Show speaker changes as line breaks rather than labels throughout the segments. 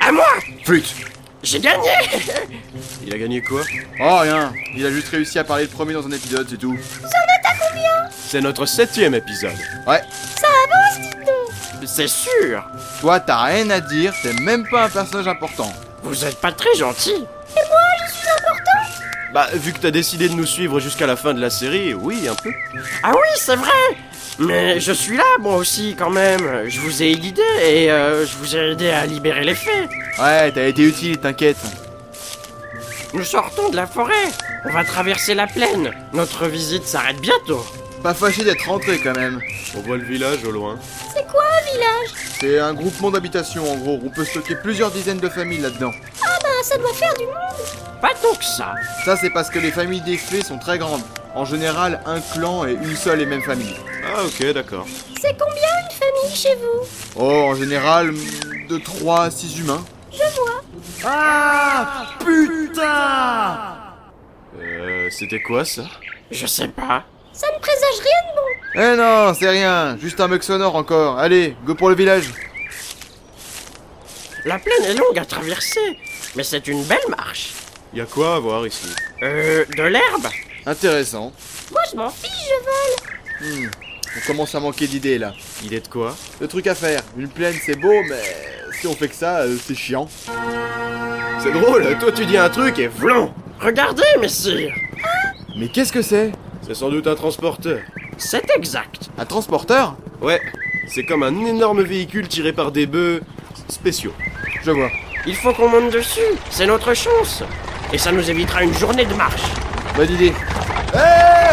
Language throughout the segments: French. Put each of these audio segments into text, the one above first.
À moi
Flûte
J'ai gagné
Il a gagné quoi Oh rien Il a juste réussi à parler le premier dans un épisode, c'est tout.
C'est notre septième épisode.
Ouais,
C'est sûr
toi t'as rien à dire, t'es même pas un personnage important.
Vous êtes pas très gentil
Bah, vu que t'as décidé de nous suivre jusqu'à la fin de la série, oui, un peu.
Ah oui, c'est vrai Mais je suis là, moi aussi, quand même Je vous ai guidé et euh, je vous ai aidé à libérer les fées
Ouais, t'as été utile, t'inquiète.
Nous sortons de la forêt On va traverser la plaine Notre visite s'arrête bientôt
Pas fâché d'être rentré quand même.
On voit le village au loin.
C'est quoi un village
C'est un groupement d'habitation en gros, on peut stocker plusieurs dizaines de familles là-dedans.
Ben, ça doit faire du monde.
Pas tant que ça
Ça c'est parce que les familles des fées sont très grandes. En général, un clan et une seule et même famille.
Ah, ok, d'accord.
C'est combien une famille chez vous
Oh, en général, mm, de 3 à 6 humains.
Je vois.
Euh, c'était quoi ça
Je sais pas
Ça ne présage rien de bon.
Eh non, c'est rien, juste un mec sonore encore. Allez, go pour le village.
La plaine est longue à traverser Mais c'est une belle marche
Y a quoi à voir ici
Euh, de l'herbe
Intéressant.
Moi, je m'en fiche, je vole.
Hmm, on commence à manquer d'idées là.
Idée de quoi
Le truc à faire, une plaine c'est beau, mais si on fait que ça, euh, c'est chiant.
C'est drôle, toi tu dis un truc et vlan
Regardez, messire
Mais qu'est-ce que c'est
C'est sans doute un transporteur.
C'est exact
Un transporteur
Ouais, c'est comme un énorme véhicule tiré par des bœufs spéciaux.
Je vois.
Il faut qu'on monte dessus C'est notre chance Et ça nous évitera une journée de marche
Bonne idée. Eh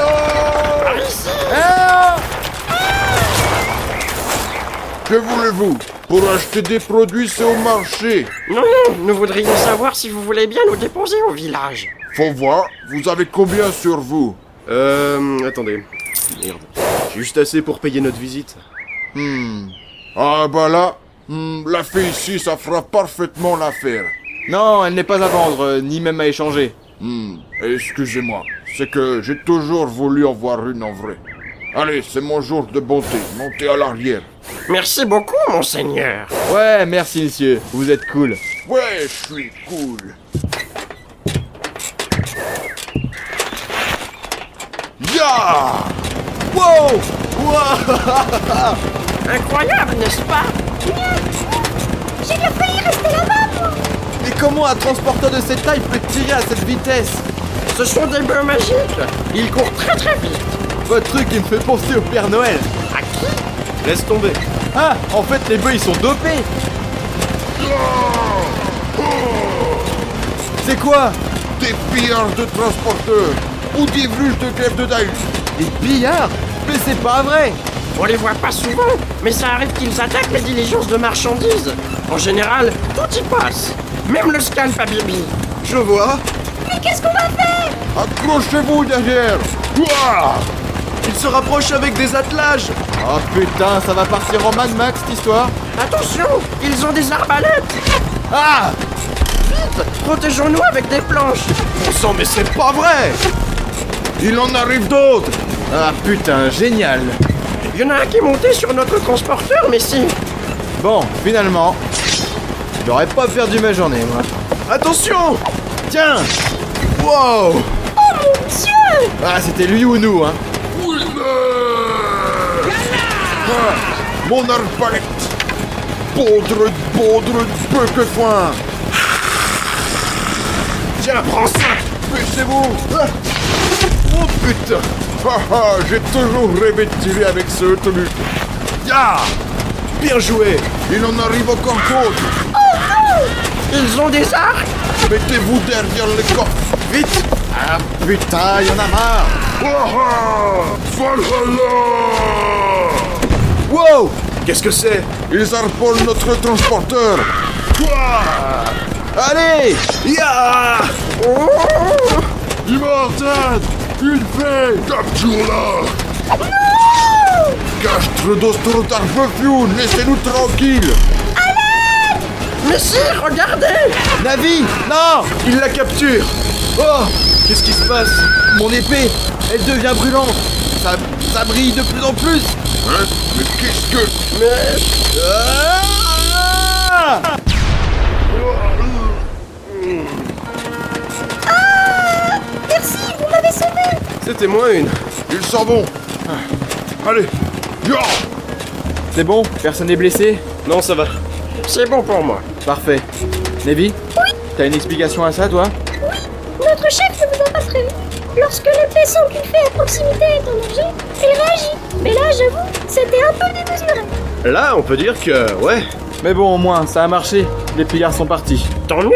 oh
Par ici
Eh oh Que voulez-vous Pour acheter des produits, c'est au marché.
Non, non, nous voudrions savoir si vous voulez bien nous déposer au village.
Faut voir, vous avez combien sur vous
Euh, attendez. Merde. J'ai juste assez pour payer notre visite.
Hmm. Ah bah là, hmm, la fille ici, ça fera parfaitement l'affaire. Non, elle n'est pas à vendre, euh, ni même à échanger. Hmm. Excusez-moi, c'est que j'ai toujours voulu en voir une en vrai. Allez, c'est mon jour de bonté, montez à l'arrière.
Merci beaucoup, monseigneur.
Ouais, merci monsieur, vous êtes cool.
Ouais, je suis cool.
Ya Wow
Incroyable, n'est-ce pas
J'ai bien failli rester là-bas, moi.
Mais comment un transporteur de cette taille peut tirer à cette vitesse
Ce sont des bœufs magiques. Ils courent très très vite.
Votre truc, il me fait penser au Père Noël.
À qui
Laisse tomber.
Ah, en fait, les bœufs, ils sont dopés C'est quoi
Des pillards de transporteurs ou des vruches de grève de Daïs.
Des pillards Mais c'est pas vrai
On les voit pas souvent, mais ça arrive qu'ils attaquent les diligences de marchandises. En général, tout y passe. Même le scalp à Bibi.
Je vois.
Mais qu'est-ce qu'on va faire
Accrochez-vous derrière. Ouah
Ils se rapprochent avec des attelages Oh putain, ça va partir en Mad Max, cette histoire
Attention, ils ont des arbalètes.
Ah
Protégeons-nous avec des planches.
Bon sang, mais c'est pas vrai
Il en arrive d'autres.
Ah putain, génial
Il y en a un qui est monté sur notre transporteur, messire.
Bon, finalement, j'aurais pas perdu ma journée, moi. Attention Tiens Wow
Dieu
Ah, c'était lui ou nous, hein
Ah, Mon arbalète. Baudre, baudre, bequefoin. Tiens, prends ça. Poussez-vous. Ah. Oh putain. Ah, ah, j'ai toujours rêvé de tirer avec ce truc. Ya
Bien joué
Il en arrive encore d'autres.
Ils ont des arcs.
Mettez-vous derrière les coffres. Vite.
Ah putain, y'en a marre
Ah,
Waha Valhalla
Wow
Qu'est-ce que c'est
Ils arponnent notre transporteur Ouah
Allez
Ya Oh,
Immortade Une paix Capture-la Castre d'Ostro d'Arbefiou Laissez-nous tranquilles
Messire, regardez
Navi Non
Il la capture
Oh
Qu'est-ce qui se passe
Mon épée Elle devient brûlante Ça, ça brille de plus en plus
Hein Mais qu'est-ce que...
Ah
C'était moins une.
Ils sont bons. Allez, yo
C'est bon Personne n'est blessé
Non, ça va.
C'est bon pour moi.
Parfait. Navy T'as une explication à ça, toi
Notre chef ne vous a pas prévenu. Lorsque le vaisseau qu'il fait à proximité est en danger, il réagit. Mais là, j'avoue, c'était un peu démesuré.
Là, on peut dire que. Ouais.
Mais bon, au moins, ça a marché. Les pillards sont partis.
Tant mieux.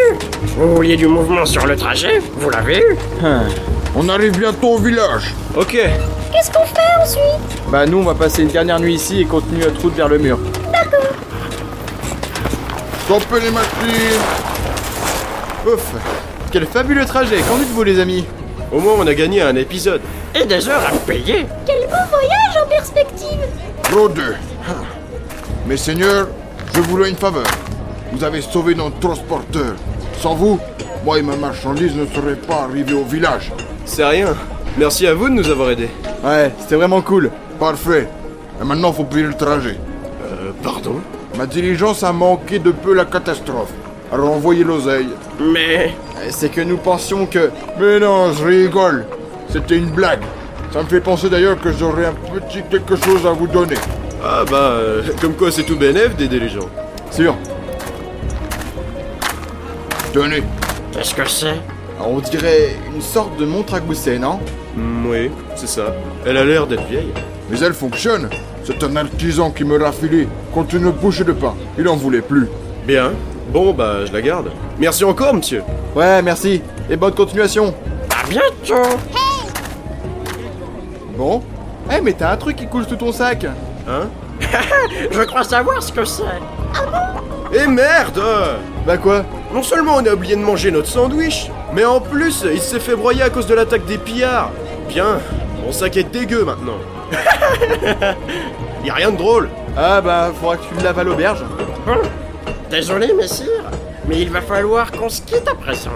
Vous vouliez du mouvement sur le trajet Vous l'avez eu
Hum.
On arrive bientôt au village.
Ok.
Qu'est-ce qu'on fait ensuite
Bah nous on va passer une dernière nuit ici et continuer notre route vers le mur.
Stoppez les machines.
Ouf Quel fabuleux trajet, qu'en dites-vous les amis
Au moins, on a gagné un épisode.
Et des heures à payer
Quel beau voyage en perspective
Pro 2. Mes seigneurs, je vous dois une faveur. Vous avez sauvé notre transporteur. Sans vous, moi et ma marchandise ne seraient pas arrivés au village.
C'est rien. Merci à vous de nous avoir aidés.
Ouais, c'était vraiment cool.
Parfait. Et maintenant, faut payer le trajet.
Euh, pardon
Ma diligence a manqué de peu la catastrophe. Alors envoyez l'oseille.
Mais.
Euh, C'est que nous pensions que...
Mais non, je rigole. C'était une blague. Ça me fait penser d'ailleurs que j'aurais un petit quelque chose à vous donner.
Ah bah, euh, comme quoi c'est tout bénéf d'aider les gens.
Sûr
Tenez.
Qu'est-ce que c'est
Alors, On dirait une sorte de montre à gousset, non
Hmm, oui, c'est ça. Elle a l'air d'être vieille.
Mais elle fonctionne. C'est un artisan qui me l'a filé contre une bouche de pain. Il en voulait plus.
Bien. Bon, bah, je la garde. Merci encore, monsieur.
Ouais, merci. Et bonne continuation.
À bientôt
Bon Eh mais t'as un truc qui coule sous ton sac
Hein
Je crois savoir ce que c'est
Eh merde
Bah quoi
Non seulement on a oublié de manger notre sandwich, mais en plus, il s'est fait broyer à cause de l'attaque des pillards. Bien, mon sac est dégueu maintenant. y a rien de drôle.
Ah bah faudra que tu le laves à l'auberge.
Bon, Hum. désolé, messire, mais il va falloir qu'on se quitte à présent.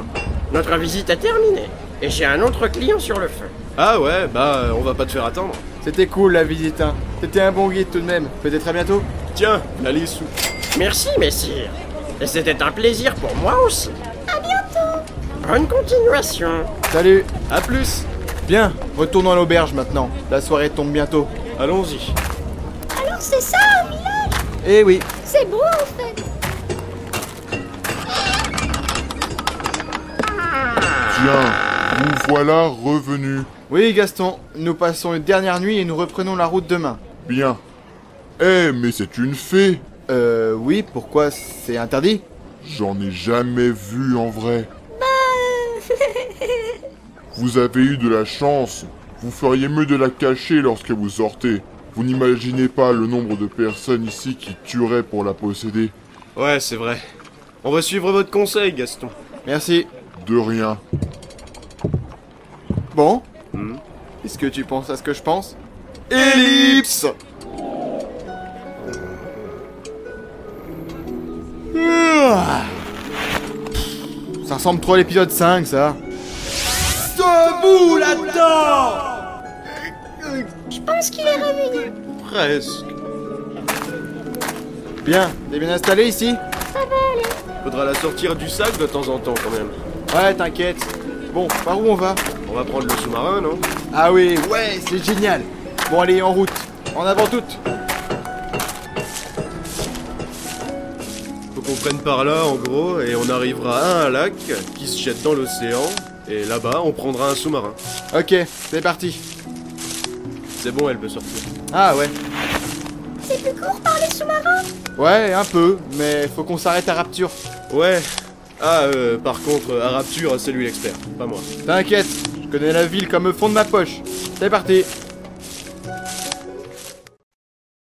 Notre visite est terminée, et j'ai un autre client sur le feu.
Ah ouais, bah, euh, on va pas te faire attendre.
C'était cool la visite, hein. C'était un bon guide tout de même. Peut-être à bientôt
Tiens, la liste sous.
Merci, messire, et c'était un plaisir pour moi aussi. À bientôt Bonne continuation
Salut
À plus
Bien, retournons à l'auberge maintenant. La soirée tombe bientôt.
Allons-y.
Alors c'est ça un village
Eh oui,
C'est beau en fait
Tiens, vous voilà revenu.
Oui, Gaston, nous passons une dernière nuit et nous reprenons la route demain.
Bien. Eh, mais c'est une fée.
Euh, oui, pourquoi c'est interdit
J'en ai jamais vu en vrai. vous avez eu de la chance. Vous feriez mieux de la cacher lorsque vous sortez. Vous n'imaginez pas le nombre de personnes ici qui tueraient pour la posséder.
Ouais, c'est vrai. On va suivre votre conseil, Gaston.
Merci.
De rien.
Bon Est-ce que tu penses à ce que je pense
Ellipse
Ça ressemble trop à l'épisode 5, ça.
Je pense qu'il est réveillé.
Presque.
Bien, t'es bien installé ici
Faudra la sortir du sac de temps en temps quand même.
Ouais, t'inquiète. Bon, par où on va
On va prendre le sous-marin, non
Ah oui, ouais, c'est génial. Bon, allez, en route. En avant toutes.
Faut qu'on prenne par là en gros et on arrivera à un lac qui se jette dans l'océan et là-bas on prendra un sous-marin.
Ok, c'est parti.
C'est bon, elle peut sortir.
Ah ouais.
C'est plus court par les sous-marins
Ouais, un peu, mais faut qu'on s'arrête à Rapture.
Ouais. Ah, euh, par contre, à rapture, c'est lui l'expert, pas moi.
T'inquiète, je connais la ville comme le fond de ma poche. C'est parti.